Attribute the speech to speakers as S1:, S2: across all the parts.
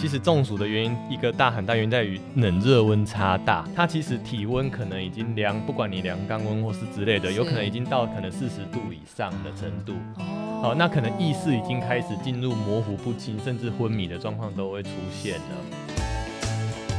S1: 其实中暑的原因一个大很大原因在于冷热温差大，它其实体温可能已经量，不管你量肛温或是之类的，有可能已经到可能四十度以上的程度。
S2: 哦
S1: 好，那可能意识已经开始进入模糊不清，甚至昏迷的状况都会出现了。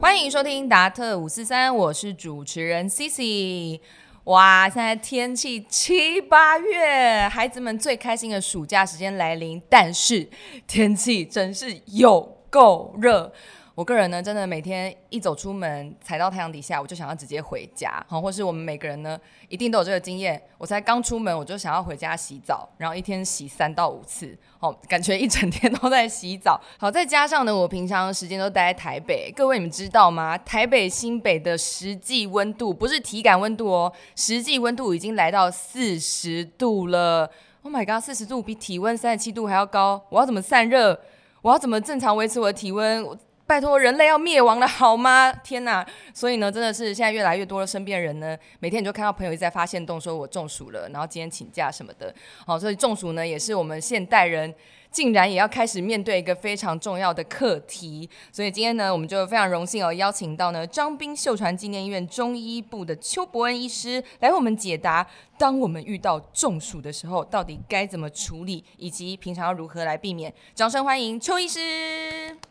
S2: 欢迎收听达特五四三，我是主持人 Cici。哇，现在天气七八月，孩子们最开心的暑假时间来临，但是天气真是有够热。我个人呢，真的每天一走出门，踩到太阳底下，我就想要直接回家，好，或是我们每个人呢，一定都有这个经验。我才刚出门，我就想要回家洗澡，然后一天洗三到五次，哦，感觉一整天 都在洗澡。好，再加上呢，我平常时间都待在台北，各位你们知道吗？台北新北的实际温度不是体感温度哦，实际温度已经来到四十度了。Oh my god，四十度比体温三十七度还要高，我要怎么散热？我要怎么正常维持我的体温？我拜托，人类要灭亡了好吗？天哪！所以呢，真的是现在越来越多的身边人呢，每天你就看到朋友一直在发现动，说我中暑了，然后今天请假什么的。好、所以中暑呢，也是我们现代人竟然也要开始面对一个非常重要的课题。所以今天呢，我们就非常荣幸哦，邀请到呢张斌秀传纪念医院中医部的邱伯恩医师来为我们解答，当我们遇到中暑的时候，到底该怎么处理，以及平常要如何来避免。掌声欢迎邱医师。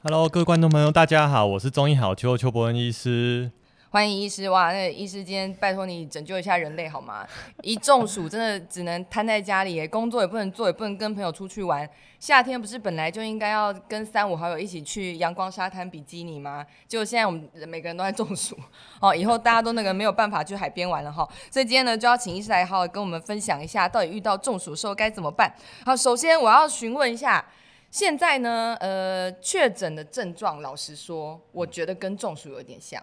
S1: Hello，各位观众朋友，大家好，我是中医好邱邱伯恩医师。
S2: 欢迎医师哇！那医师今天拜托你拯救一下人类好吗？一中暑真的只能瘫在家里耶，工作也不能做，也不能跟朋友出去玩。夏天不是本来就应该要跟三五好友一起去阳光沙滩比基尼吗？结果现在我们每个人都在中暑哦，以后大家都那个没有办法去海边玩了哈。所以今天呢，就要请医师来好好跟我们分享一下，到底遇到中暑的时候该怎么办。好，首先我要询问一下。现在呢，呃，确诊的症状，老实说，我觉得跟中暑有点像。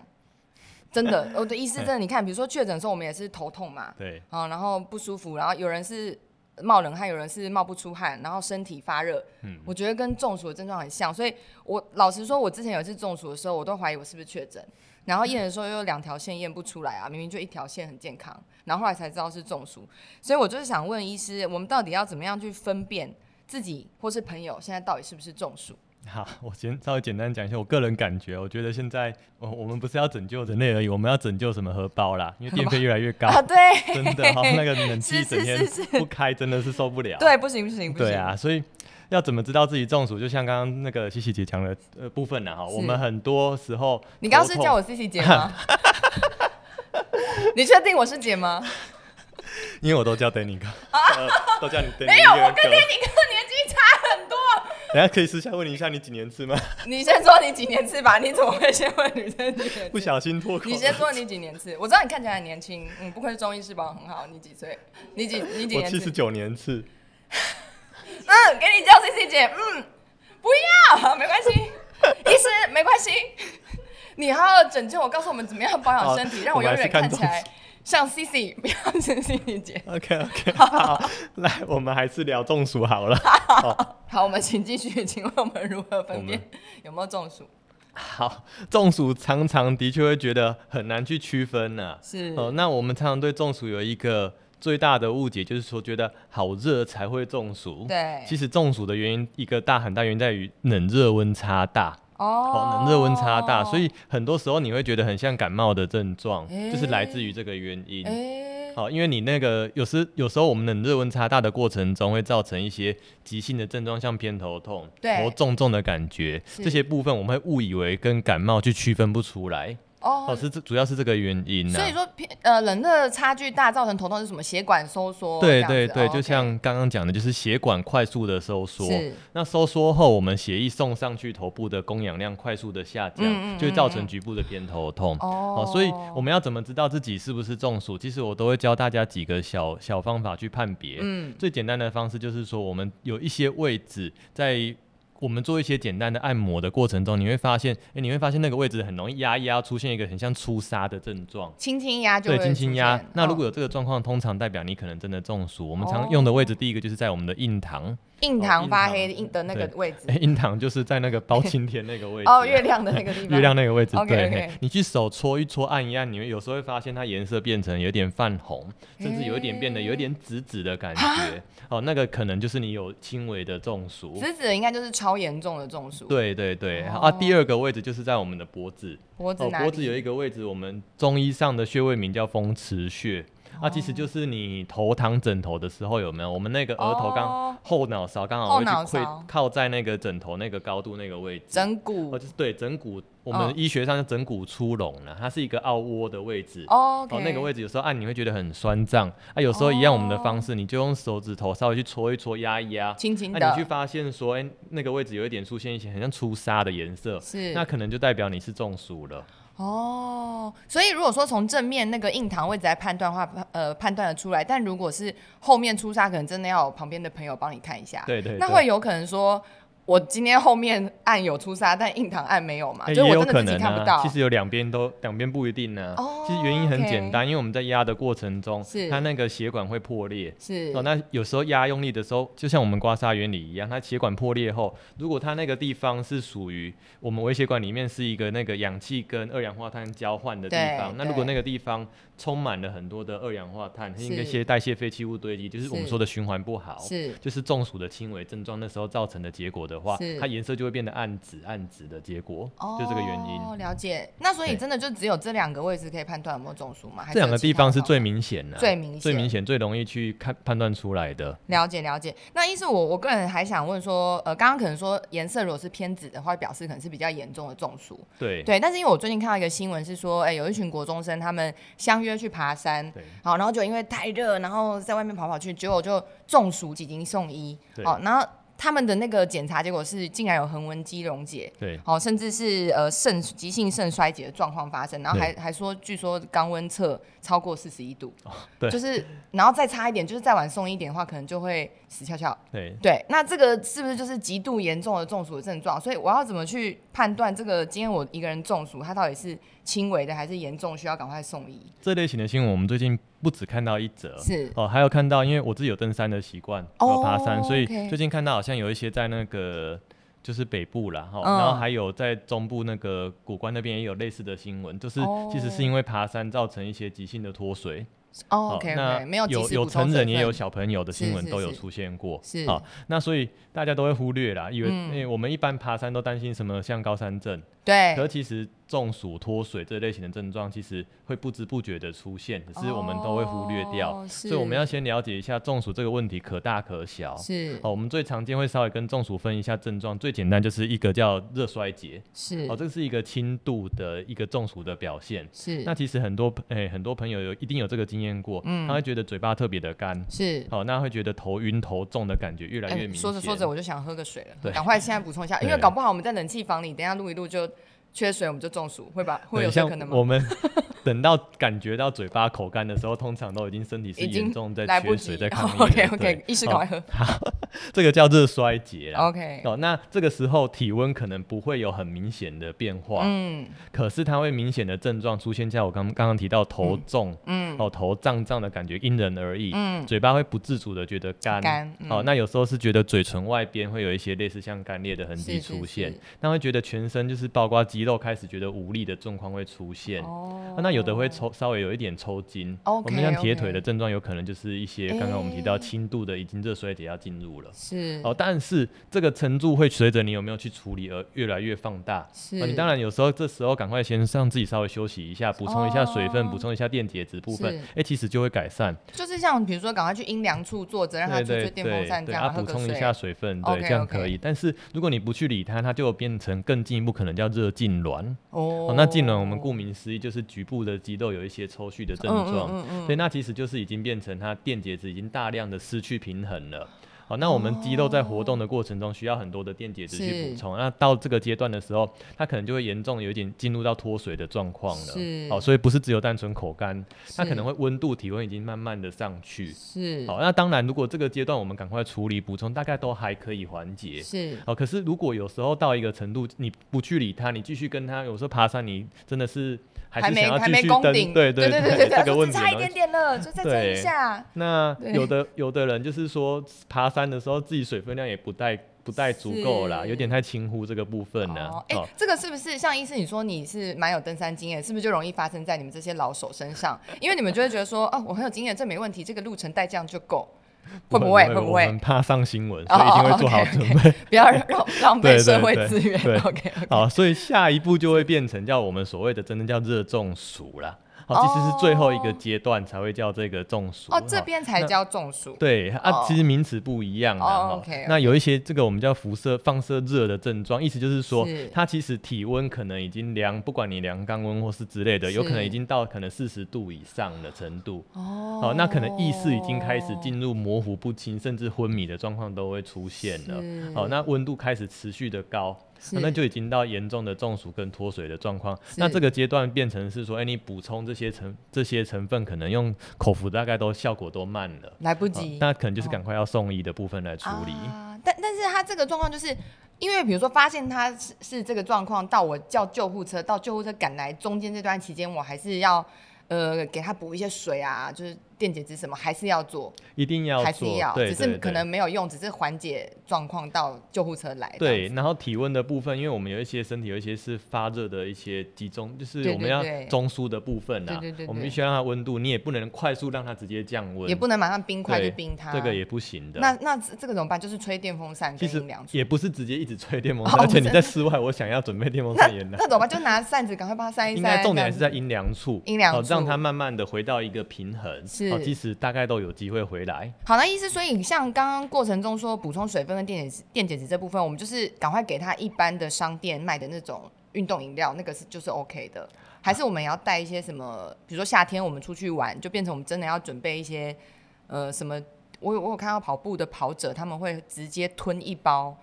S2: 真的，我的意思真的，你看，比如说确诊的时候，我们也是头痛嘛，
S1: 对，
S2: 啊，然后不舒服，然后有人是冒冷汗，有人是冒不出汗，然后身体发热，
S1: 嗯
S2: 我觉得跟中暑的症状很像，所以我老实说，我之前有一次中暑的时候，我都怀疑我是不是确诊，然后验的时候又有两条线验不出来啊，明明就一条线很健康，然后后来才知道是中暑，所以我就是想问医师，我们到底要怎么样去分辨自己或是朋友现在到底是不是中暑？
S1: 好，我先稍微简单讲一下我个人感觉。我觉得现在，我我们不是要拯救人类而已，我们要拯救什么荷包啦？因为电费越来越 高，
S2: 啊，对，
S1: 真的哈、那个冷气
S2: 是是
S1: 整天
S2: 是
S1: 不开真的是受不了。
S2: 对，不行不行不行，
S1: 对啊，所以要怎么知道自己中暑？就像刚刚那个西西姐讲的呃部分呢、哈，
S2: 是
S1: 我们很多时候
S2: 你刚刚是
S1: 头痛
S2: 叫我 C C 姐吗？ 你确定我是姐吗？
S1: 因为我都叫 Danny 哥，呃都叫你 Danny
S2: 啊没有，我
S1: 哥
S2: 跟 Danny 哥年纪差很多。
S1: 等下可以私下问你一下，你几年次吗？
S2: 你先说你几年次吧，你怎么会先问女生几年
S1: 不
S2: 次？
S1: 小心脱口。
S2: 你先说你几年次，我知道你看起来很年轻，嗯，不愧是中医师保养很好。你几岁？你几你几
S1: 我
S2: 年
S1: 七十
S2: 次？
S1: 九年次，
S2: 嗯，给你叫 C C 姐，嗯，不要，没关系，医师没关系，你好好拯救我，告诉我们怎么样保养身体，
S1: 好
S2: 让我永
S1: 我还
S2: 远
S1: 是看
S2: 看起来像 C C，不要像 C C 姐。
S1: OK OK，好，来，我们还是聊中暑好了。
S2: 好，我们请继续，请问我们如何
S1: 我
S2: 分
S1: 们
S2: 辨有没有中暑？
S1: 好，中暑常常的确会觉得很难去区分呢、
S2: 是
S1: 哦，那我们常常对中暑有一个最大的误解，就是说觉得好热才会中暑。
S2: 对
S1: 其实中暑的原因，一个大很大原因在于冷热温差大。
S2: 哦
S1: 哦，冷热温差大，所以很多时候你会觉得很像感冒的症状，就是来自于这个原因。
S2: 哎，
S1: 好，因为你那个有时有时候我们冷热温差大的过程中，会造成一些急性的症状，像偏头痛、
S2: 对
S1: 头重重的感觉，
S2: 是
S1: 这些部分我们会误以为跟感冒去区分不出来。哦，
S2: 哦，
S1: 是这主要是这个原因啊呐、
S2: 所以说偏呃冷热差距大造成头痛是什么？血管收缩这
S1: 对
S2: 样子，
S1: 对对，
S2: 哦
S1: 就
S2: OK
S1: 像刚刚讲的，就是血管快速的收缩
S2: 是，
S1: 那收缩后，我们血液送上去头部的供氧量快速的下降，
S2: 嗯嗯
S1: 就会造成局部的偏头痛。
S2: 哦
S1: 所以我们要怎么知道自己是不是中暑？其实我都会教大家几个小小方法去判别。
S2: 嗯
S1: 最简单的方式就是说，我们有一些位置在。我们做一些简单的按摩的过程中，你会发现，哎、你会发现那个位置很容易压一压，出现一个很像出痧的症状。
S2: 轻轻压就
S1: 对，
S2: 会
S1: 轻轻
S2: 出
S1: 压
S2: 现。
S1: 那如
S2: 哦
S1: 果有这个状况，通常代表你可能真的中暑。我们常用的位置，第一个就是在我们的印堂，
S2: 印堂发黑印的那个
S1: 对
S2: 位置
S1: 哎，印堂就是在那个包青天那个位置啊。
S2: 哦，月亮的那个地 方，
S1: 月亮那个位置
S2: OK，
S1: 对
S2: OK
S1: 嘿你去手搓一搓、按一按，你会有时候会发现它颜色变成有点泛红，甚至有一点变得有一点紫紫的感觉。哦，那个可能就是你有轻微的中暑。
S2: 紫紫的应该就是超严重的中暑，
S1: 对对对，
S2: 哦
S1: 啊，第二个位置就是在我们的脖子，
S2: 脖子
S1: 哦，
S2: 哪
S1: 脖子
S2: 里？
S1: 有一个位置，我们中医上的穴位名叫风池穴。啊，其
S2: 哦
S1: 实就是你头躺枕头的时候有没有？我们那个额头刚、
S2: 哦
S1: 后脑勺刚好
S2: 后
S1: 会去
S2: 脑
S1: 跪
S2: 勺
S1: 靠在那个枕头那个高度那个位置，
S2: 枕
S1: 哦，
S2: 骨
S1: 就是对枕骨，我
S2: 哦
S1: 们医学上叫枕骨出笼了，它是一个凹窝的位置。
S2: 哦，OK，哦
S1: 哦，那个位置有时候按你会觉得很酸胀，啊，有时候一样我们的方式，你就用手指头稍微去搓一搓、压一压，
S2: 轻轻
S1: 那、
S2: 的
S1: 你去发现说，哎、那个位置有一点出现一些很像出痧的颜色，
S2: 是
S1: 那可能就代表你是中暑了。
S2: 哦，所以如果说从正面那个印堂位置来判断的话，呃，判断的出来。但如果是后面出痧，可能真的要有旁边的朋友帮你看一下。
S1: 对对
S2: 那
S1: 对
S2: 会有可能说，我今天后面按有出痧，但印堂按没有嘛？
S1: 哎
S2: 就是
S1: 也
S2: 我
S1: 有
S2: 真的
S1: 可
S2: 自己
S1: 能
S2: 看
S1: 啊，
S2: 不到。
S1: 其实有两边都两边不一定呢、
S2: 哦
S1: 其实原因很
S2: OK
S1: 简单，因为我们在压的过程中
S2: 是，
S1: 它那个血管会破裂。
S2: 是
S1: 哦，那有时候压用力的时候，就像我们刮痧原理一样，它血管破裂后，如果它那个地方是属于我们微血管里面是一个那个氧气跟二氧化碳交换的地
S2: 对
S1: 方，那如果那
S2: 对
S1: 个地方充满了很多的二氧化碳，
S2: 是
S1: 应该些代谢废弃物堆积，就是我们
S2: 是
S1: 说的循环不好。
S2: 是
S1: 就是中暑的轻微症状，那时候造成的结果的话
S2: 是，
S1: 它颜色就会变得暗紫暗紫的结果，就这个原因。
S2: 哦，了解。那所以
S1: 对
S2: 真的就只有这两个位置可以判断有没有中暑吗？还是
S1: 这两
S2: 有
S1: 个
S2: 其
S1: 地
S2: 他
S1: 方是
S2: 方
S1: 最
S2: 法
S1: 明显的、
S2: 最明
S1: 最明
S2: 显
S1: 显、最容易去看判断出来的。
S2: 了解了解，那意思我我个人还想问说，呃，刚刚可能说颜色如果是偏紫的话，表示可能是比较严重的中暑。
S1: 对
S2: 对，但是因为我最近看到一个新闻是说，哎，有一群国中生他们相约去爬山，
S1: 对
S2: 好，然后就因为太热，然后在外面跑跑去，结果就中暑，几经送医，
S1: 对
S2: 好，然后他们的那个检查结果是竟然有横纹肌溶解。
S1: 对
S2: 好，甚至是呃肾急性肾衰竭的状况发生，然后还还说，据说肛温测超过四十一度，
S1: 哦对
S2: 就是 然后再差一点，就是再晚送一点的话，可能就会死翘翘。
S1: 对，
S2: 对，那这个是不是就是极度严重的中暑的症状？所以我要怎么去判断这个今天我一个人中暑，它到底是轻微的还是严重，需要赶快送医？
S1: 这类型的新闻我们最近不只看到一则，
S2: 是
S1: 哦，还有看到，因为我自己有登山的习惯，
S2: 哦
S1: 有爬山，所以
S2: OK
S1: 最近看到好像有一些在那个就是北部啦，哈、哦
S2: 嗯
S1: 然后还有在中部那个古关那边也有类似的新闻，就是
S2: 哦
S1: 其实是因为爬山造成一些急性的脱水。
S2: 哦
S1: 好
S2: OK
S1: 那
S2: OK，没有及
S1: 有
S2: 时
S1: 有
S2: 补充
S1: 成
S2: 水
S1: 人也
S2: 分
S1: 有小朋友的新
S2: 是
S1: 闻
S2: 是
S1: 都有
S2: 是
S1: 出现过，
S2: 是
S1: 好，那所以大家都会忽略啦，以为、
S2: 嗯
S1: 诶我们一般爬山都担心什么像高山症，可
S2: 对
S1: 其实中暑、脱水这类型的症状其实会不知不觉的出现，只是我们都会忽略掉，
S2: 哦
S1: 所以我们要
S2: 是
S1: 先了解一下中暑这个问题可大可小。
S2: 是
S1: 哦，我们最常见会稍微跟中暑分一下症状，最简单就是一个叫热衰竭，
S2: 是
S1: 哦，这是一个轻度的一个中暑的表现。那
S2: 是
S1: 其实很多诶、很多朋友有一定有这个经验过，
S2: 嗯
S1: 他会觉得嘴巴特别的干，
S2: 是
S1: 好、那会觉得头晕头重的感觉越来
S2: 哎
S1: 越明显。
S2: 说着说着我就想喝个水了，
S1: 对
S2: 赶快现在补充一下，因为搞不好我们在冷气房里，等一下录一录就缺水，我们就中暑，会吧？会
S1: 对
S2: 有这
S1: 像
S2: 可能吗？
S1: 我们 等到感觉到嘴巴口干的时候，通常都已经身体是
S2: 已经
S1: 严重在
S2: 来不
S1: 缺
S2: 及
S1: 水 在抗议了。
S2: OK
S1: 对
S2: OK，意识赶快喝。
S1: 这个叫热衰竭啦。
S2: OK，
S1: 哦，那这个时候体温可能不会有很明显的变化，
S2: 嗯
S1: 可是它会明显的症状出现在我刚刚刚提到头重、
S2: 嗯
S1: 哦头胀胀的感觉，因人而异。
S2: 嗯，
S1: 嘴巴会不自主的觉得干，
S2: 干嗯
S1: 哦，那有时候是觉得嘴唇外边会有一些类似像干裂的痕迹
S2: 是是
S1: 出现，
S2: 是
S1: 那会觉得全身就是包括肌肉开始觉得无力的状况会出现。
S2: 哦
S1: 啊那有的会抽稍微有一点抽筋
S2: OK，
S1: 我们像铁
S2: OK
S1: 腿的症状有可能就是一些刚刚我们提
S2: 诶
S1: 到轻度的已经热衰竭要进入了。
S2: 是
S1: 哦，但是这个程度会随着你有没有去处理而越来越放大。
S2: 是
S1: 哦你当然有时候这时候赶快先让自己稍微休息一下，补充一下水分，
S2: 哦
S1: 补充一下电解质部
S2: 是
S1: 分，哎，其实就会改善。
S2: 就是像比如说赶快去阴凉处坐着，让它
S1: 对
S2: 去
S1: 对
S2: 吹电风扇
S1: 对
S2: 这
S1: 对，
S2: 样，
S1: 啊
S2: 喝
S1: 补
S2: 个
S1: 充
S2: 水
S1: 一下水分，对，
S2: OK，
S1: 这样
S2: OK
S1: 可以。但是如果你不去理它，它就变成更进一步，可能叫热痉挛。
S2: 哦
S1: 哦，那痉挛我们顾名思义就是局部的肌肉有一些抽搐的症状，
S2: 嗯嗯嗯嗯
S1: 对，那其实就是已经变成它电解质已经大量的失去平衡了。好，那我们肌肉在活动的过程中需要很多的电解质去
S2: 是
S1: 补充，那到这个阶段的时候，它可能就会严重有一点进入到脱水的状况了
S2: 是。
S1: 好，所以不是只有单纯口干，它
S2: 是
S1: 可能会温度、体温已经慢慢的上去。
S2: 是
S1: 好，那当然，如果这个阶段我们赶快处理补充，大概都还可以缓解。
S2: 是
S1: 哦，可是如果有时候到一个程度，你不去理它，你继续跟它，有时候爬山你真的是还
S2: 还
S1: 是
S2: 没
S1: 想要
S2: 还
S1: 继
S2: 没
S1: 续
S2: 攻
S1: 登，
S2: 顶，
S1: 对
S2: 对
S1: 对这
S2: 对他
S1: 个
S2: 说
S1: 问
S2: 只
S1: 题
S2: 差一
S1: 呢
S2: 点点了，就再撑一
S1: 对
S2: 下。
S1: 那
S2: 对
S1: 有的有的人就是说爬山的时候自己水分量也不太不太足够啦，
S2: 是
S1: 有点太轻忽这个部分啊呢、
S2: 哦，哎、这个是不是像医师你说你是蛮有登山经验，是不是就容易发生在你们这些老手身上？因为你们就会觉得说，哦，我很有经验，这没问题，这个路程带这样就够，会不会？会不
S1: 我
S2: 会
S1: 们？怕上新闻，
S2: 哦
S1: 所以一定会做好准备。
S2: 不要 让浪浪费
S1: 对对
S2: 社会
S1: 对
S2: 资源。
S1: 对
S2: OK，
S1: 好，所以下一步就会变成叫我们所谓的真的叫热中暑啦。好，其实是最后一个
S2: 哦
S1: 阶段才会叫这个中暑。
S2: 哦，这
S1: 好
S2: 边才
S1: 那
S2: 叫中暑。
S1: 对啊，
S2: 哦
S1: 其实名词不一样啦。
S2: 哦
S1: 哈
S2: OK，OK
S1: 那有一些这个我们叫辐射放射热的症状，意思就是说
S2: 是
S1: 它其实体温可能已经量，不管你量肛温或是之类的，有可能
S2: 是
S1: 已经到可能四十度以上的程度。
S2: 哦
S1: 好、那可能意识已经开始进入模糊不清，甚至昏迷的状况都会出现了。好、哦那温度开始持续的高，
S2: 嗯
S1: 啊
S2: 是
S1: 那就已经到严重的中暑跟脱水的状况。
S2: 是
S1: 那这个阶段变成是说，哎、你补充这些成这些成分，可能用口服大概都效果都慢了。
S2: 来不
S1: 好
S2: 及。
S1: 那可能就是赶快要送医的部分来处理。
S2: 哦啊、但但是他这个状况就是。因为比如说发现他是是这个状况，到我叫救护车，到救护车赶来中间这段期间，我还是要呃给他补一些水啊，就是电解质什么还是要做，
S1: 一定要
S2: 还是
S1: 做，
S2: 要，
S1: 对对
S2: 只是可
S1: 对
S2: 能没有用，只是缓解状况到救护车来。
S1: 对，然后体温的部分，因为我们有一些身体有一些是发热的一些集中，就是
S2: 对
S1: 我们
S2: 对
S1: 要
S2: 对
S1: 中枢的部分啊，
S2: 对对对
S1: 我们
S2: 对
S1: 必须要让它温度，你也不能快速让它直接降温，
S2: 也不能马上冰块
S1: 对
S2: 去冰它。
S1: 这个也不行的。
S2: 那那这这个怎么办？就是吹电风扇
S1: 其
S2: 跟
S1: 实
S2: 阴凉水。
S1: 也不是直接一直吹电风
S2: 哦
S1: 扇，而且你
S2: 真
S1: 在室外，我想要准备电风
S2: 那
S1: 扇也 难。
S2: 那怎么办？就拿扇子赶快帮他扇一
S1: 应
S2: 扇。
S1: 该重点还是
S2: 这样
S1: 在阴凉处，
S2: 阴凉
S1: 好让
S2: 处
S1: 它慢慢的回到一个平衡，
S2: 是
S1: 好其实大概都有机会回来。
S2: 好，那意思所以像刚刚过程中说补充水分跟电解质电解质这部分，我们就是赶快给他一般的商店卖的那种运动饮料，那个是就是 OK 的。还是我们也要带一些什么，比如说夏天我们出去玩，就变成我们真的要准备一些呃什么？我有我有看到跑步的跑者，他们会直接吞一包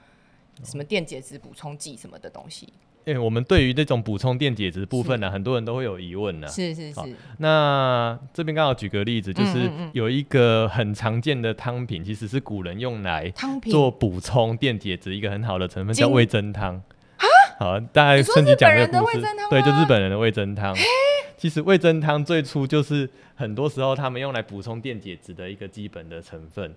S2: 什么电解质补充剂什么的东西。
S1: 因为我们对于这种补充电解质部分呢、很多人都会有疑问呢、
S2: 是是
S1: 啊好
S2: 是，
S1: 那这边刚好举个例子，就是
S2: 嗯嗯
S1: 有一个很常见的汤品，其实是古人用来
S2: 汤品。
S1: 做补充电解质一个很好的成分，叫
S2: 金啊
S1: 味噌汤。好，大概
S2: 你说
S1: 顺
S2: 日
S1: 其讲
S2: 本
S1: 这
S2: 人的
S1: 个故
S2: 味
S1: 事
S2: 噌汤，
S1: 对，就
S2: 吗
S1: 日本人的味噌汤。其实味噌汤最初就是很多时候他们用来补充电解质的一个基本的成分。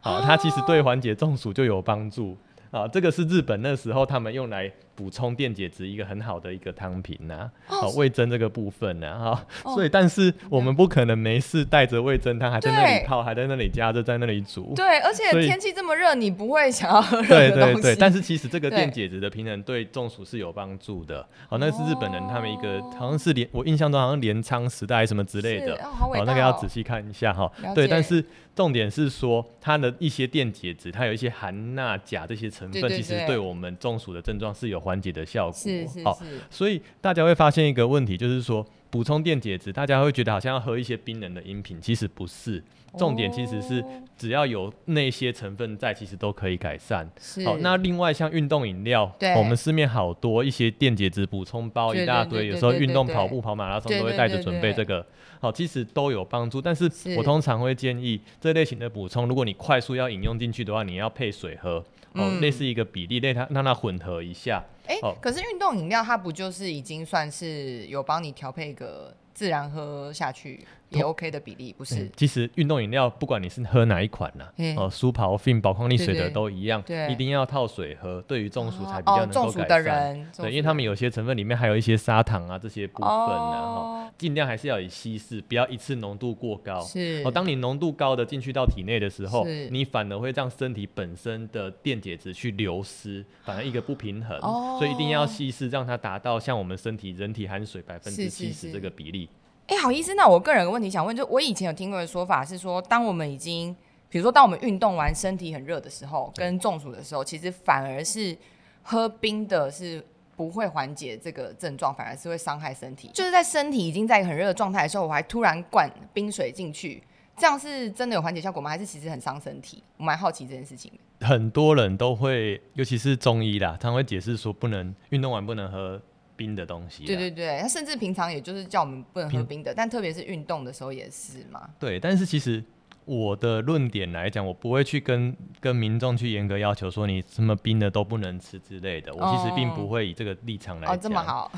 S1: 好，
S2: 哦
S1: 它其实对缓解中暑就有帮助。啊，这个是日本那时候他们用来补充电解质一个很好的一个汤品呐、好、味噌这个部分呐、哈、
S2: 哦
S1: 所以但是我们不可能没事带着味噌汤还在那
S2: 对
S1: 里泡，还在那里加热，在那里煮，
S2: 对，而且
S1: 所以
S2: 天气这么热，你不会想要喝热
S1: 对
S2: 的东
S1: 对
S2: 西。
S1: 对，但是其实这个
S2: 对
S1: 电解质的平衡对中暑是有帮助的。哦，那是日本人他们一个，好像是镰，我印象中好像镰仓时代还是什么之类的
S2: 哦是。哦好伟大哦
S1: 那个要仔细看一下哈、
S2: 了
S1: 对，
S2: 解
S1: 但是重点是说它的一些电解质，它有一些含钠、钾这些成分
S2: 对对
S1: 其实
S2: 对
S1: 对我们中暑的症状是有缓解的效果。
S2: 是是
S1: 好
S2: 是，
S1: 所以大家会发现一个问题，就是说补充电解质，大家会觉得好像要喝一些冰冷的饮品，其实不是。重点其实是
S2: 哦
S1: 只要有那些成分在，其实都可以改善。
S2: 是
S1: 好，那另外像运动饮料，
S2: 对
S1: 我们市面好多一些电解质补充包
S2: 对
S1: 一大
S2: 对
S1: 堆，
S2: 对
S1: 有
S2: 对
S1: 时候
S2: 对
S1: 运
S2: 对
S1: 动
S2: 对
S1: 跑步、跑马拉松
S2: 对
S1: 都会
S2: 对
S1: 带着
S2: 对
S1: 准
S2: 对
S1: 备这个。好，其实都有帮助，但是
S2: 是
S1: 我通常会建议这类型的补充，如果你快速要饮用进去的话，你要配水喝，哦，
S2: 嗯
S1: 类似一个比例，类它让它混合一下。
S2: 哎、
S1: 哦
S2: 可是运动饮料它不就是已经算是有帮你调配个自然喝下去也 OK 的比例，不是？
S1: 嗯其实运动饮料不管你是喝哪一款啦、
S2: 嗯
S1: 哦，舒跑、fin、宝矿力水
S2: 对
S1: 的
S2: 对
S1: 都一样，
S2: 对
S1: 一定要泡水喝，对于中暑才比
S2: 哦
S1: 较能
S2: 中
S1: 够
S2: 暑
S1: 改善。
S2: 的人，中
S1: 对，因
S2: 暑
S1: 为他们有些成分里面还有一些砂糖啊这些部分呢、啊，哈、
S2: 哦
S1: 尽量还是要以稀释，不要一次浓度过高。
S2: 是
S1: 哦，当你浓度高的进去到体内的时候
S2: 是，
S1: 你反而会让身体本身的电解质去流失，反而一个不平衡。
S2: 哦
S1: 所以一定要稀释，让它达到像我们身体人体含水百分之
S2: 是
S1: 七
S2: 是
S1: 十
S2: 是
S1: 这个比例。
S2: 哎、好意思，那我个人有个问题想问，就我以前有听过的说法是说，当我们已经，比如说当我们运动完身体很热的时候，跟中暑的时候，其实反而是喝冰的是不会缓解这个症状，反而是会伤害身体。就是在身体已经在一个很热的状态的时候，我还突然灌冰水进去，这样是真的有缓解效果吗？还是其实很伤身体？我蛮好奇这件事情的。
S1: 很多人都会，尤其是中医啦，他会解释说不能运动完不能喝冰的东西啦。
S2: 对对对，他甚至平常也就是叫我们不能喝
S1: 平
S2: 冰的，但特别是运动的时候也是嘛。
S1: 对，但是其实我的论点来讲，我不会去跟跟民众去严格要求说你什么冰的都不能吃之类的，我其实并
S2: 哦
S1: 不会以这个立场来
S2: 哦，
S1: 讲。
S2: 这么好，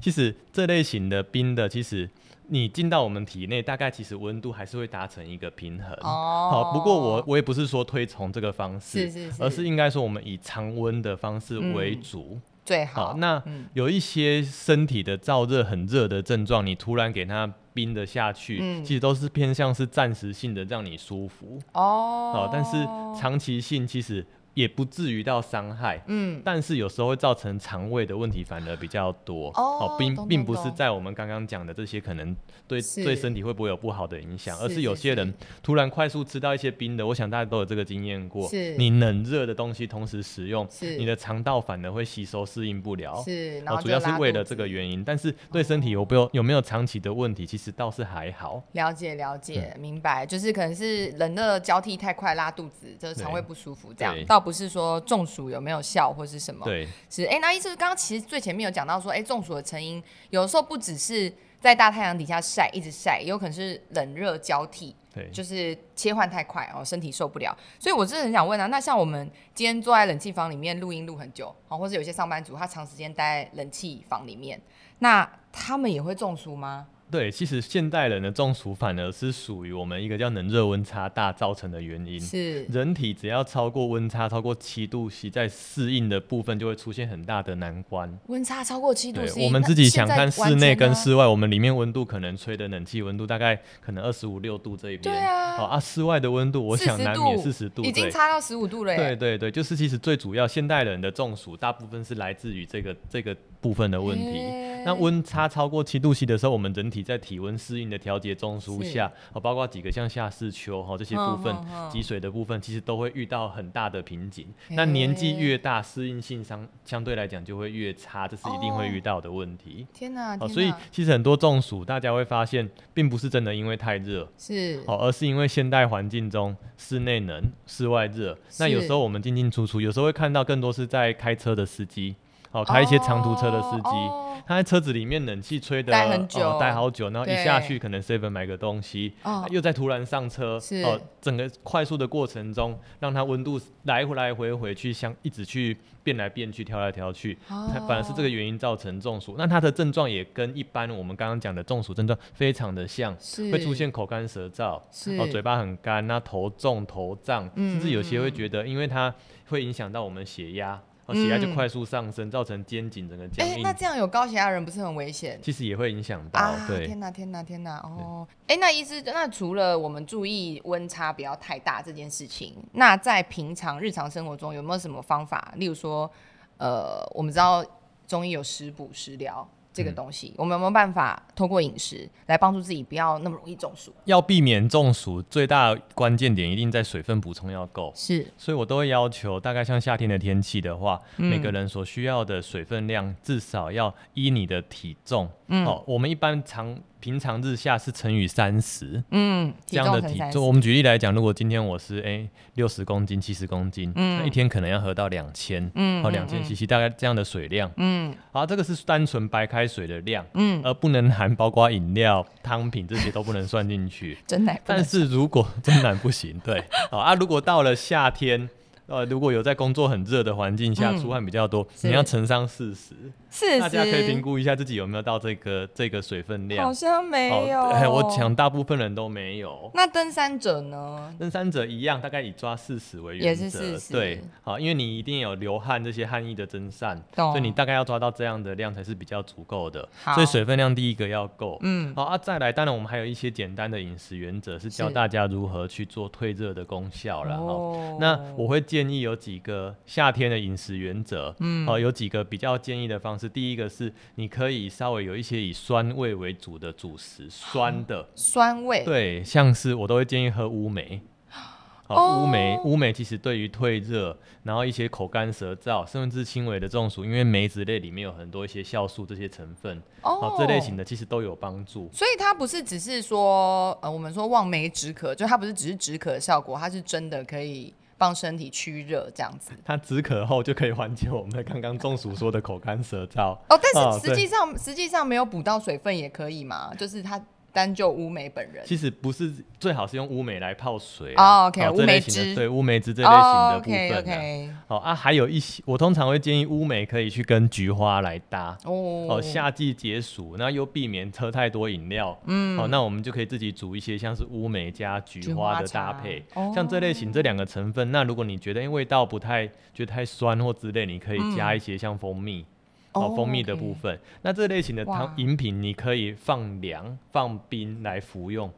S1: 其实这类型的冰的，其实你进到我们体内，大概其实温度还是会达成一个平衡。
S2: 哦
S1: 好，不过我我也不是说推崇这个方式，
S2: 是是是
S1: 而是应该说我们以常温的方式为
S2: 嗯
S1: 主。
S2: 最
S1: 好
S2: 好，
S1: 那
S2: 嗯
S1: 有一些身体的燥热、很热的症状，你突然给它冰的下去，
S2: 嗯
S1: 其实都是偏向是暂时性的让你舒服。
S2: 哦
S1: 好、但是长期性其实也不至于到伤害。
S2: 嗯
S1: 但是有时候会造成肠胃的问题，反而比较多
S2: 哦
S1: 并
S2: 懂
S1: 并
S2: 懂
S1: 不是
S2: 懂
S1: 在我们刚刚讲的这些可能对
S2: 是
S1: 对身体会不会有不好的影响，而
S2: 是
S1: 是有
S2: 是
S1: 些
S2: 是
S1: 人突然快速吃到一些冰的，我想大家都有这个经验过
S2: 是，
S1: 你冷热的东西同时食用，
S2: 是
S1: 你的肠道反而会吸收适应不了，
S2: 是，然
S1: 哦，
S2: 后
S1: 主
S2: 就
S1: 要是
S2: 拉
S1: 为
S2: 肚
S1: 了
S2: 子
S1: 这个原因，但是对身体有没有有没有长期的问题，其实倒是还好。
S2: 了解了解，
S1: 嗯
S2: 明白，就是可能是冷热交替太快，拉肚子，就是肠胃
S1: 对
S2: 不舒服这样
S1: 对，
S2: 倒不是说中暑有没有效或是什么。，
S1: 对，
S2: 是哎，那医师刚刚其实最前面有讲到说，哎，中暑的成因有时候不只是在大太阳底下晒，一直晒，也有可能是冷热交替，
S1: 对，
S2: 就是切换太快哦，身体受不了。所以我真的很想问啊，那像我们今天坐在冷气房里面录音录很久，哦，或者有些上班族他长时间待在冷气房里面，那他们也会中暑吗？
S1: 对，其实现代人的中暑反而是属于我们一个叫冷热温差大造成的原因。
S2: 是
S1: 人体只要超过温差超过七度 C，在适应的部分就会出现很大的难关。
S2: 温差超过七度
S1: 对
S2: C，，
S1: 我们
S2: 那
S1: 自己
S2: 现
S1: 想
S2: 在
S1: 看
S2: 完
S1: 室内
S2: 全
S1: 跟
S2: 啊
S1: 室外，我们里面温度可能吹的冷气温度大概可能二十五六度这一边，
S2: 对啊
S1: 好、啊，室外的温度我想
S2: 40
S1: 难免四十度，
S2: 已经
S1: 对
S2: 差到十五度了耶。
S1: 对对对，就是其实最主要，现代人的中暑大部分是来自于这个这个部分的问题。
S2: 欸
S1: 那温差超过七度 C 的时候，我们人体在体温适应的调节中枢
S2: 是嗯
S1: 下，哦，包括几个像夏四秋哈、哦、这些
S2: 哼
S1: 部分
S2: 哼哼
S1: 积水的部分，其实都会遇到很大的瓶颈。那年纪
S2: 欸
S1: 越大，适应性相相对来讲就会越差，这是一定会遇到的问题。
S2: 天哪，
S1: 哦，
S2: 哦啊天
S1: 所以
S2: 哪
S1: 其实很多中暑，大家会发现，并不是真的因为太热，
S2: 是
S1: 哦好、而是因为现代环境中室内冷、室外热，那有
S2: 是
S1: 时候我们进进出出，有时候会看到更多是在开车的司机，好、开一些长途车的司机。
S2: 哦
S1: 他在车子里面冷气吹的
S2: 待很久
S1: 哦，待好久，然后一
S2: 对
S1: 下去可能 seven 买个东西，啊
S2: 哦
S1: 又再突然上车，
S2: 是
S1: 哦，整个快速的过程中，让它温度来回来回回去相一直去变来变去，跳来跳去，
S2: 哦
S1: 它反而是这个原因造成中暑。那它的症状也跟一般我们刚刚讲的中暑症状非常的像，
S2: 是
S1: 会出现口干舌燥，
S2: 是
S1: 哦，嘴巴很干，那头重头胀，
S2: 嗯
S1: 甚至有些会觉得，因为它会影响到我们血压，哦，血压就
S2: 嗯
S1: 快速上升，造成肩颈整个僵
S2: 哎，
S1: 硬
S2: 那，这样有高血压的人不是很危险？
S1: 其实也会影响到
S2: 啊，，
S1: 对
S2: 天。哪，天哪，天哪！哦，哎，那医师，那除了我们注意温差不要太大这件事情，那在平常日常生活中有没有什么方法？例如说，呃，我们知道中医有食补、食疗这
S1: 嗯
S2: 个东西，我们有没有办法透过饮食来帮助自己不要那么容易中暑？
S1: 要避免中暑，最大关键点一定在水分补充要够。
S2: 是
S1: 所以我都会要求，大概像夏天的天气的话，每
S2: 嗯
S1: 个人所需要的水分量至少要依你的体重。嗯，哦，我们一般常平常日下是乘以三十
S2: 嗯，
S1: 这样的
S2: 乘
S1: 体
S2: 30
S1: 重。我们举例来讲，如果今天我是诶六十公斤、七十公斤，那一天可能要喝到两千，嗯，哦两千 CC 大概这样的水量。
S2: 嗯
S1: 好，这个是单纯白开水的量，
S2: 嗯，
S1: 而不能含包括饮料、汤品这些都不能算进去。
S2: 真奶不
S1: 但
S2: 能
S1: 是如果 真难不行，对，好啊，如果到了夏天。呃，如果有在工作很热的环境下，
S2: 嗯
S1: 出汗比较多，
S2: 是
S1: 你要乘上四十，
S2: 四
S1: 大家可以评估一下自己有没有到这个这个水分量。
S2: 好哦像没有。
S1: 哎 我想大部分人都没有。
S2: 那登山者呢？
S1: 登山者一样，大概以抓四十为
S2: 也
S1: 原
S2: 是
S1: 则，
S2: 40
S1: 对，好，因为你一定有流汗这些汗液的蒸散，
S2: 懂
S1: 所以你大概要抓到这样的量才是比较足够的。
S2: 哦好
S1: 所以水分量第一个要够，
S2: 嗯，
S1: 好啊，再来，当然我们还有一些简单的饮食原则，是教
S2: 是
S1: 大家如何去做退热的功效啦。哦
S2: 哦
S1: 那我会建议有几个夏天的饮食原则，嗯，哦、有几个比较建议的方式。第一个是你可以稍微有一些以酸味为主的主食，酸的，
S2: 酸味，
S1: 对，像是我都会建议喝乌梅。 好，乌梅，
S2: 哦
S1: 乌梅其实对于退热，然后一些口干舌燥，甚至轻微的中暑，因为梅子类里面有很多一些酵素这些成分，
S2: 哦
S1: 这类型。的其实都有帮助。
S2: 所以它不是只是说，呃，我们说望梅止渴，就它不是只是止渴的效果，它是真的可以帮身体祛热这样子。
S1: 它止渴后就可以缓解我们刚刚中暑说的口干舌燥。
S2: 哦，但是实
S1: 啊对
S2: 际上、实际上没有补到水分也可以嘛，就是它单就乌梅本人。
S1: 其实不是最好是用乌梅来泡水
S2: 呃
S1: 啊
S2: 哦，OK，
S1: 好这类
S2: 乌梅
S1: 型的
S2: 汁
S1: 对乌梅汁这类型
S2: 哦
S1: 的部分、啊。
S2: ，OK OK，
S1: 好啊，还有一些，我通常会建议乌梅可以去跟菊花来搭。
S2: 哦
S1: 哦，夏季解暑，那又避免喝太多饮料，嗯，哦，那我们就可以自己煮一些像是乌梅加菊花的搭配
S2: 菊花茶哦，
S1: 像这类型这两个成分。那如果你觉得因为味道不太觉得太酸或之类，你可以加一些像蜂蜜，
S2: 哦
S1: 哦，蜂蜜的
S2: OK
S1: 部分。那这类型的
S2: 哇
S1: 汤饮品，你可以放凉、放冰来服用。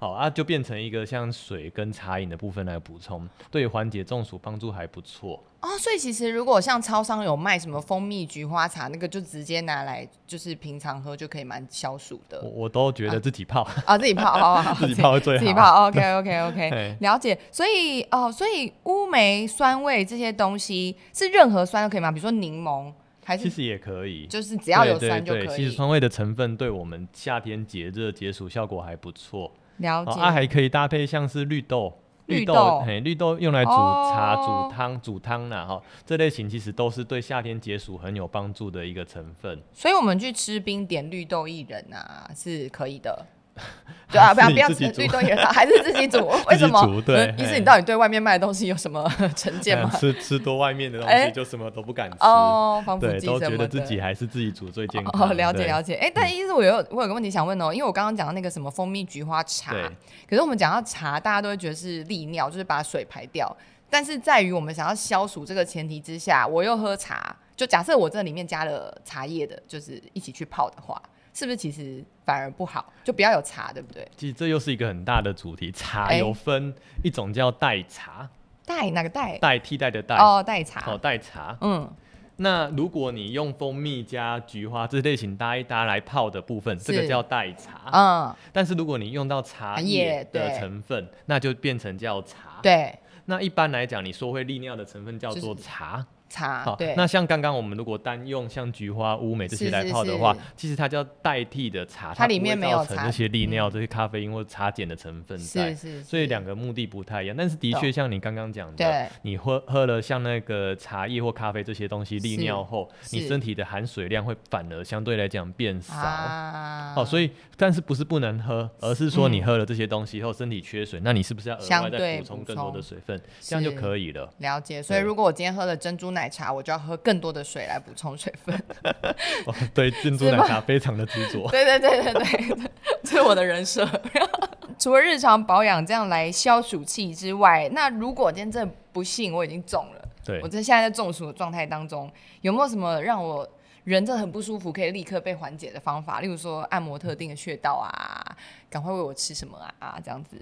S1: 好啊，就变成一个像水跟茶饮的部分来补充，对缓解中暑帮助还不错。
S2: 哦，所以其实如果像超商有卖什么蜂蜜菊花茶，那个就直接拿来，就是平常喝就可以蛮消暑
S1: 我
S2: 的
S1: 我都觉得自己泡，
S2: 啊。自己泡，好好好，
S1: 自己泡会最
S2: 自己
S1: 好
S2: 泡，OK OK OK，
S1: 嘿
S2: 了解。所以哦，所以乌梅、酸味这些东西是任何酸都可以吗？比如说柠檬，还
S1: 其
S2: 是
S1: 实也可以。
S2: 就是只要有
S1: 对
S2: 酸就
S1: 对
S2: 可
S1: 对，其实
S2: 以？
S1: 酸味的成分对我们夏天解热解暑效果还不错。
S2: 了
S1: 哦，
S2: 解。
S1: 啊，还可以搭配像是绿豆。
S2: 绿豆
S1: 豆，嘿，绿豆用来煮茶、
S2: 哦
S1: 煮汤、煮汤啦，哈，这类型其实都是对夏天解暑很有帮助的一个成分。
S2: 所以我们去吃冰点绿豆薏仁啊是可以 的。对啊，不要不要
S1: 自己
S2: 吃
S1: 煮
S2: 绿豆薏仁 啊，还是自己煮？为什么？
S1: 自己煮对
S2: 嗯意思
S1: 嘿
S2: 你到底对外面卖的东西有什么 成 见
S1: 嗯
S2: 吗？
S1: 吃吃多外面的东
S2: 哎
S1: 西，就什么都不敢吃，
S2: 哦，防腐
S1: 对，
S2: 剂
S1: 都
S2: 什
S1: 觉
S2: 么
S1: 得
S2: 的。
S1: 自己还是自己煮最健康。
S2: 哦，了解
S1: 对嗯
S2: 了解。哎、但意思我有我有个问题想问哦，因为我刚刚讲到那个什么蜂蜜菊花茶
S1: 对，
S2: 可是我们讲到茶，大家都会觉得是利尿，就是把水排掉。但是在于我们想要消暑这个前提之下，我又喝茶，就假设我这里面加了茶叶的，就是一起去泡的话，是不是其实反而不好？就不要有茶，对不对？
S1: 其实这又是一个很大的主题。茶
S2: 哎
S1: 有分一种叫代茶，
S2: 代哪个代？
S1: 代替代的代，
S2: 哎哦，代茶。
S1: 好代茶，
S2: 嗯，
S1: 那如果你用蜂蜜加菊花这类型搭一搭来泡的部分，这
S2: 是
S1: 个叫代茶。
S2: 嗯，
S1: 但是如果你用到茶
S2: 叶
S1: 叶
S2: 对
S1: 的成分，那就变成叫茶。
S2: 对，
S1: 那一般来讲，你说会利尿的成分叫做茶。
S2: 茶，啊对，
S1: 那像刚刚我们如果单用像菊花、乌梅这
S2: 是
S1: 些来
S2: 是
S1: 泡的
S2: 是
S1: 话，其实它叫代替的茶，
S2: 它里面
S1: 不会
S2: 没有
S1: 造成
S2: 茶嗯
S1: 这些利尿、这些咖啡因或茶碱的成分在。
S2: 是是，
S1: 所以
S2: 是
S1: 两个目的不太一样，但是的
S2: 懂
S1: 确像你刚刚讲
S2: 对
S1: 的，你喝喝了像那个茶叶或咖啡这些东西利
S2: 是
S1: 尿后，你
S2: 是
S1: 身体的含水量会反而相对来讲变少。
S2: 啊，
S1: 哦，所以但是不是不能喝，而是说你
S2: 嗯
S1: 喝了这些东西后身体缺水，那你是不是要额
S2: 相
S1: 外再
S2: 对
S1: 补充
S2: 补
S1: 更多的
S2: 充
S1: 水分，这样就是可以了。
S2: 了解，所以
S1: 对
S2: 如果我今天喝了珍珠奶茶，我就要喝更多的水来补充水分。
S1: 哦， 对，珍珠
S2: 是
S1: 奶
S2: 吗
S1: 茶非常的执 着。
S2: 对对对对对， 对这是我的人设。 除了日常保养这样来消暑气之外，那如果今天真的不幸我已经中了，
S1: 对
S2: 我，这现在在中暑的状态当中，有没有什么让我人真的很不舒服可以立刻被缓解的方法？例如说按摩特定的穴道啊，赶快喂我吃什么啊啊这样子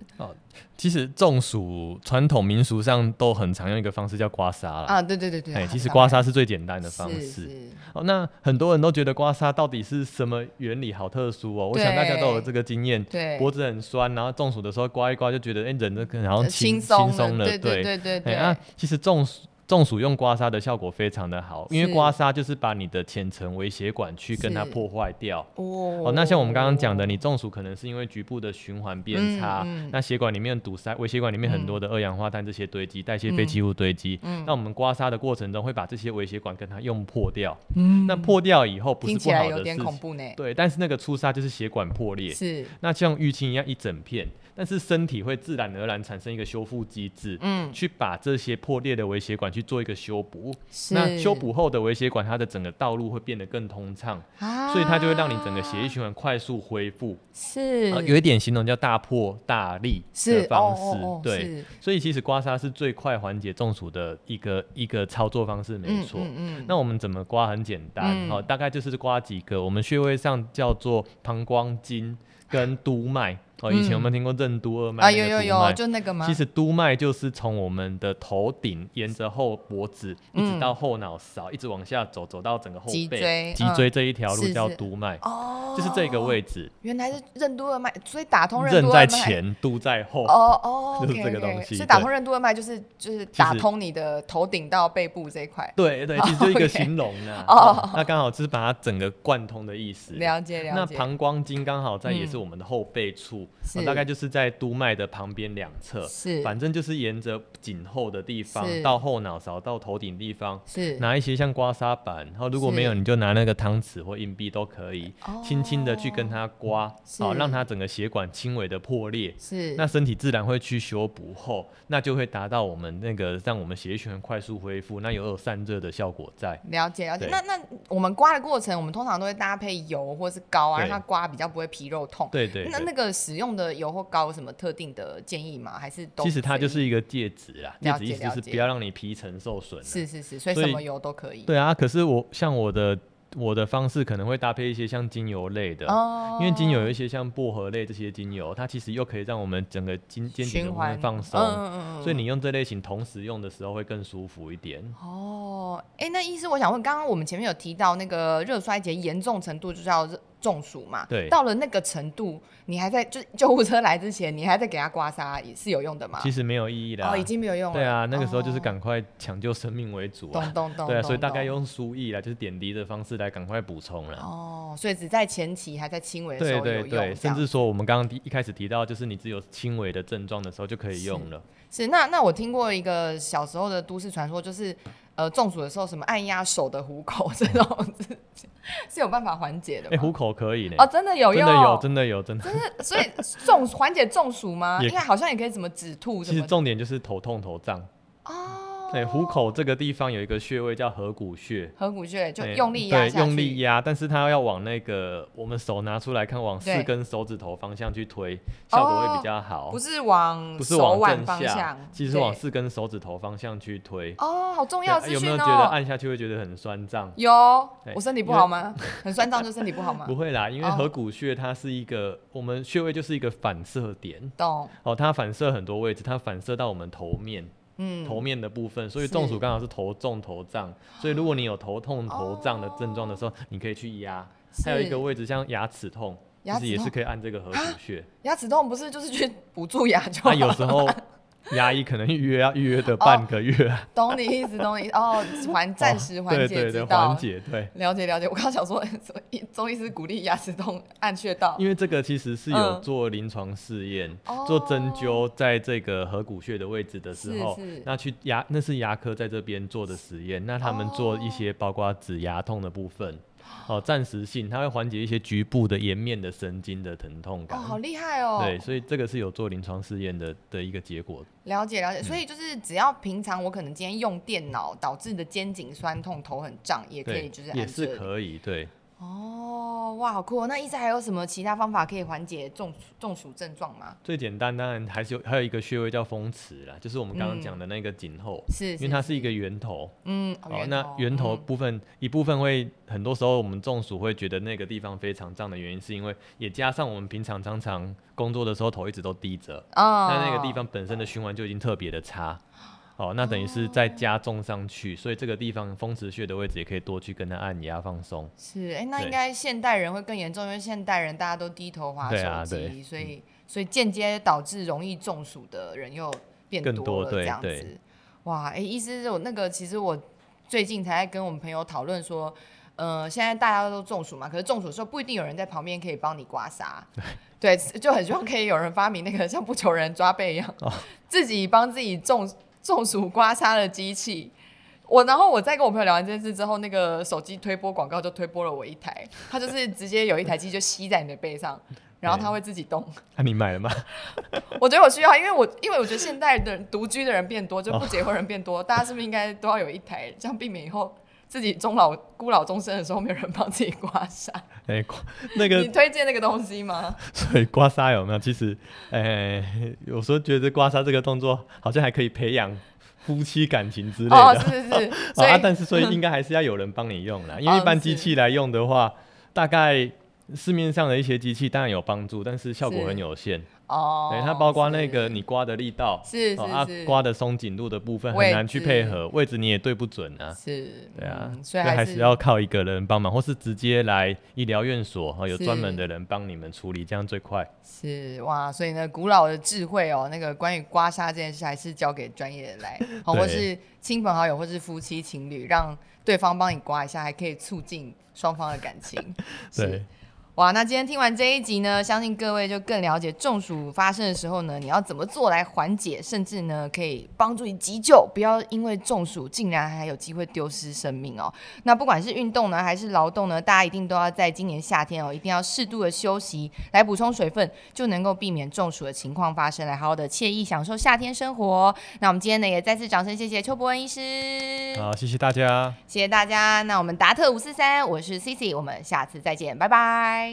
S1: 其实中暑传统民俗上都很常用一个方式叫刮痧啦。
S2: 啊？对对对对，
S1: 哎，
S2: 啊
S1: 其实
S2: 当
S1: 刮
S2: 然
S1: 痧是最简单的方
S2: 是
S1: 式。
S2: 是
S1: 哦，那很多人都觉得刮痧到底是什么原理，好特殊哦。我想大家都有
S2: 对
S1: 这个经验，
S2: 对，
S1: 脖子很酸，然后中暑的时候刮一刮，就觉得哎、人的可能好
S2: 呃
S1: 像轻
S2: 轻
S1: 轻
S2: 松
S1: 松了，
S2: 对对对对
S1: 哎
S2: 对，
S1: 啊，其实中暑中暑用刮痧的效果非常的好，因
S2: 是
S1: 为刮痧就是把你的浅层微血管去跟它
S2: 是
S1: 破坏掉。
S2: 哦
S1: 哦，那像我们刚刚讲的，你中暑可能是因为局部的循环变差，
S2: 嗯嗯嗯
S1: 那血管里面堵塞，微血管里面很多的二氧化碳这些堆积，代谢废弃物堆积。那我们刮痧的过程中会把这些微血管跟它用破掉。
S2: 嗯
S1: 那破掉以后不是
S2: 听
S1: 不
S2: 起来
S1: 好
S2: 有
S1: 的事
S2: 点恐
S1: 情，
S2: 怖呢。
S1: 对，但是那个出痧就是血管破裂。
S2: 是，
S1: 那像淤青一样一整片，但是身体会自然而然产生一个修复机制，
S2: 嗯，
S1: 去把这些破裂的微血管去做一个修补。
S2: 是
S1: 那修补后的微血管，它的整个道路会变得更通畅，
S2: 啊
S1: 所以它就会让你整个血液循环快速恢复。
S2: 是、
S1: 啊，有一点形容叫大破大立
S2: 是
S1: 的方式，
S2: 哦哦哦
S1: 对。
S2: 是
S1: 所以其实刮痧是最快缓解中暑的一个一个操作方式，没
S2: 嗯
S1: 错。
S2: 嗯嗯
S1: 那我们怎么刮很简单，
S2: 嗯
S1: 好、大概就是刮几个我们穴位上叫做膀胱经跟督脉。哦，以前有没有听过任督二脉
S2: 嗯
S1: 那
S2: 啊有
S1: 个督脉？
S2: 有有，就那个吗？
S1: 其实督脉就是从我们的头顶沿着后脖子，一直到后脑勺，一直往下走，走到整个后
S2: 嗯脊椎
S1: 背、
S2: 嗯
S1: 这一条路
S2: 是
S1: 叫
S2: 是
S1: 督脉，
S2: 哦，
S1: 就是这个位置，
S2: 原来是任督二脉，所以打通任
S1: 任
S2: 督二脉
S1: 在。前，督在后。
S2: 哦哦，
S1: 就是
S2: OK，
S1: 这个
S2: OK，
S1: 东西
S2: 所以打
S1: 对
S2: 通任督二脉就是就是打
S1: 实
S2: 通你的头顶到背部这一块，
S1: 对对，其实就一
S2: OK
S1: 个形容啦。
S2: 哦
S1: 哦，那刚好就是把它整个贯通的意思。
S2: 了解了
S1: 那
S2: 解。
S1: 膀胱经刚好在也是
S2: 嗯
S1: 我们的后背处，啊
S2: 是
S1: 大概就是在督脉的旁边两侧，
S2: 是
S1: 反正就是沿着颈后的地方
S2: 是
S1: 到后脑勺到头顶地方，
S2: 是
S1: 拿一些像刮痧板，然后如果没有
S2: 是
S1: 你就拿那个汤匙或硬币都可以，轻轻的去跟它刮，
S2: 哦是
S1: 好、让它整个血管轻微的破裂。
S2: 是
S1: 那身体自然会去修补后，那就会达到我们那个让我们血液循环快速恢复，那有有散热的效果在。
S2: 了解了解。
S1: 对
S2: 那那我们刮的过程，我们通常都会搭配油或是膏啊，
S1: 对
S2: 让它刮比较不会皮肉痛。
S1: 对对
S2: 那
S1: 对
S2: 那个使用的油或膏有什么特定的建议吗？还是都
S1: 其实它
S2: 随
S1: 就
S2: 意
S1: 是一个戒指啦，戒
S2: 了
S1: 指
S2: 解
S1: 意思就
S2: 了
S1: 是
S2: 解
S1: 不要让你皮层受损啊。
S2: 是是是，所以
S1: 所
S2: 什
S1: 以
S2: 么油都可以。
S1: 对啊，可是我像我的我的方式可能会搭配一些像精油类的，
S2: 哦
S1: 因为精油有一些像薄荷类这些精油，它其实又可以让我们整个筋肩颈的
S2: 循
S1: 部分
S2: 环
S1: 放松，
S2: 嗯嗯嗯嗯
S1: 所以你用这类型同时用的时候会更舒服一点。
S2: 哦，哎、那医师，我想问，刚刚我们前面有提到那个热衰竭严重程度就叫热中暑嘛？
S1: 对
S2: 到了那个程度，你还在就是救护车来之前，你还在给他刮痧，也是有用的吗？
S1: 其实没有意义的、
S2: 哦，已经没有用了。
S1: 对啊，那个时候就是
S2: 哦
S1: 赶快抢救生命为主
S2: 懂
S1: 啊。
S2: 懂懂。
S1: 对啊，
S2: 懂
S1: 所以大概
S2: 懂
S1: 用输液啦，就是点滴的方式来赶快补充啦。
S2: 哦，所以只在前期还在轻微的时
S1: 对
S2: 候有
S1: 对
S2: 用，
S1: 对，
S2: 这
S1: 甚
S2: 样
S1: 至说我们刚刚第一开始提到，就是你只有轻微的症状的时候就可以用了。
S2: 是那那我听过一个小时候的都市传说，就是呃中暑的时候什么按压手的虎口这种是是有办法缓解的
S1: 哎，
S2: 吗？
S1: 虎口可以呢
S2: 哦，，真的有
S1: 真
S2: 用，
S1: 的有，真的有，真的。
S2: 是所以中缓解中暑吗？
S1: 也
S2: 应该好像也可以怎么止吐什
S1: 其实
S2: 么的
S1: 重点就是头痛头胀。
S2: 哦。
S1: 对，虎口这个地方有一个穴位叫合谷穴，
S2: 合谷穴就
S1: 对
S2: 用力压
S1: 对，
S2: 下
S1: 用力
S2: 去，
S1: 压，但是它要往那个我们手拿出来看，往
S2: 对哦
S1: 四根手指头方向去推，效果会比较好。
S2: 不是往
S1: 不是
S2: 手
S1: 往
S2: 腕
S1: 正
S2: 方
S1: 下
S2: 向，，
S1: 其实是往
S2: 对
S1: 四根手指头方向去推。
S2: 哦，好重
S1: 对
S2: 要
S1: 啊
S2: 的资
S1: 有没有
S2: 讯
S1: 觉得
S2: 哦。
S1: 按下去会觉得很酸胀？
S2: 有，
S1: 对
S2: 我身体不
S1: 因为
S2: 好吗？很酸胀就身体不好吗
S1: 不？会啦，因为
S2: 哦
S1: 合谷穴它是一个，我们穴位就是一个反射点
S2: 懂，
S1: 哦，它反射很多位置，它反射到我们头面。
S2: 嗯，
S1: 头面的部分，所以
S2: 是
S1: 中暑刚好是头重头胀，所以如果你有头痛头胀的症状的时候，你可以去压。还有一
S2: 是
S1: 个位置像牙齿痛，
S2: 牙
S1: 其
S2: 齿
S1: 实也是
S2: 痛啊
S1: 可以按这个合谷穴。
S2: 牙齿痛不是就是去补蛀牙就好
S1: 那啊有时候 牙医可能预约要预约的半个月啊，哦
S2: 懂你意思，懂你意思哦，缓 暂时缓
S1: 对
S2: 解
S1: 对
S2: 之
S1: 对，
S2: 道，
S1: 缓解对。
S2: 了解了解。我刚刚想说， 中医师鼓励牙齿 痛按穴道，
S1: 因为这个其实是有
S2: 嗯
S1: 做临床试验、
S2: 哦
S1: 做针灸，在这个合谷穴的位置的时候，
S2: 是是哦
S1: 那去牙那是牙科在这边做的实验，那他们做一些包括指牙痛的部分，哦，暂时性，它会缓解一些局部的颜面的神经的疼痛
S2: 哦，
S1: 感。
S2: 好厉害哦。
S1: 对，所以这个是有做临床试验的的一个结果。
S2: 了解
S1: 嗯
S2: 了解。所以就是只要平常我可能今天用电脑导致的肩颈酸痛、头很胀，也可以
S1: 对
S2: 就是，
S1: 也
S2: 按
S1: 是
S2: 这里。
S1: 可以。对，
S2: 哦，哇，好酷、哦！那医师还有什么其他方法可以缓解中暑中暑症状吗？
S1: 最简单当然还是有还有一个穴位叫风池啦，就是我们刚刚
S2: 嗯
S1: 讲的那个颈后，
S2: 是，
S1: 因为它是一个圆头。
S2: 嗯，哦
S1: 好，那源头部分、一部分会，很多时候我们中暑会觉得那个地方非常胀的原因，是因为也加上我们平常常常工作的时候头一直都低着，
S2: 嗯哦，
S1: 那、那个地方本身的循环就已经特别的差，哦，那等于是再加重上去，所以这个地方风池穴的位置也可以多去跟它按压放松。
S2: 是，哎、那应
S1: 对
S2: 该现代人会更严重，因为现代人大家都低头划手
S1: 对
S2: 机，
S1: 啊对
S2: 所以所以间接导致容易中暑的人又变
S1: 更
S2: 多
S1: 多
S2: 了，这
S1: 对
S2: 样
S1: 对
S2: 子。哇，哎、意思是我那个，其实我最近才在跟我们朋友讨论说。呃，现在大家都中暑嘛，可是中暑的时候不一定有人在旁边可以帮你刮痧，对，就很希望可以有人发明那个像不求人抓背一样，
S1: 哦
S2: 自己帮自己中中暑刮痧的机器。我然后我在跟我朋友聊完这件事之后，那个手机推播广告就推播了我一台，它就是直接有一台机就吸在你的背上，然后它会自己动。
S1: 那、啊你买了吗？
S2: 我觉得我需要，因为我因为我觉得现代的人独居的人变多，就
S1: 哦
S2: 不结婚人变多，大家是不是应该都要有一台，这样避免以后自己终老孤老终生的时候没有人帮自己刮痧？
S1: 哎、刮那
S2: 你
S1: 个，
S2: 推荐那个东西吗？
S1: 所以刮痧有没有？其实，哎、有时候觉得刮痧这个动作好像还可以培养夫妻感情之类的。
S2: 哦，是 是是，
S1: 好
S2: 所以、嗯哦
S1: 啊，但是所以应该还是要有人帮你用啦，因为一般机器来用的话，大概市面上的一些机器当然有帮助，但是效果很有限。
S2: 哦，
S1: 对，它包括那
S2: 是
S1: 个你刮的力道，
S2: 是是
S1: 哦啊
S2: 是，
S1: 刮的松紧度的部分
S2: 位
S1: 很难去
S2: 置
S1: 配合，位置你也对不准啊。
S2: 是，
S1: 对啊，
S2: 嗯所
S1: 所
S2: 以
S1: 以
S2: 还
S1: 还
S2: 是
S1: 是要靠一个人帮忙，或是直接来医疗院所哦，有
S2: 是
S1: 专门的人帮你们处理，这样最快。
S2: 是哇，所以呢，古老的智慧哦，那个关于刮痧这件事，还是交给专业的来，好、
S1: 对
S2: 或是亲朋好友，或是夫妻情侣，让对方帮你刮一下，还可以促进双方的感情。是
S1: 对，
S2: 哇，那今天听完这一集呢，相信各位就更了解中暑发生的时候呢，你要怎么做来缓解，甚至呢可以帮助你急救，不要因为中暑竟然还有机会丢失生命哦。那不管是运动呢，还是劳动呢，大家一定都要在今年夏天哦，一定要适度的休息，来补充水分，就能够避免中暑的情况发生，来好好的惬意享受夏天生活哦、那我们今天呢，也再次掌声谢谢邱伯恩医师，
S1: 好，谢谢大家。
S2: 谢谢大家。那我们达特五四三，我是 Cici，我们下次再见，拜拜。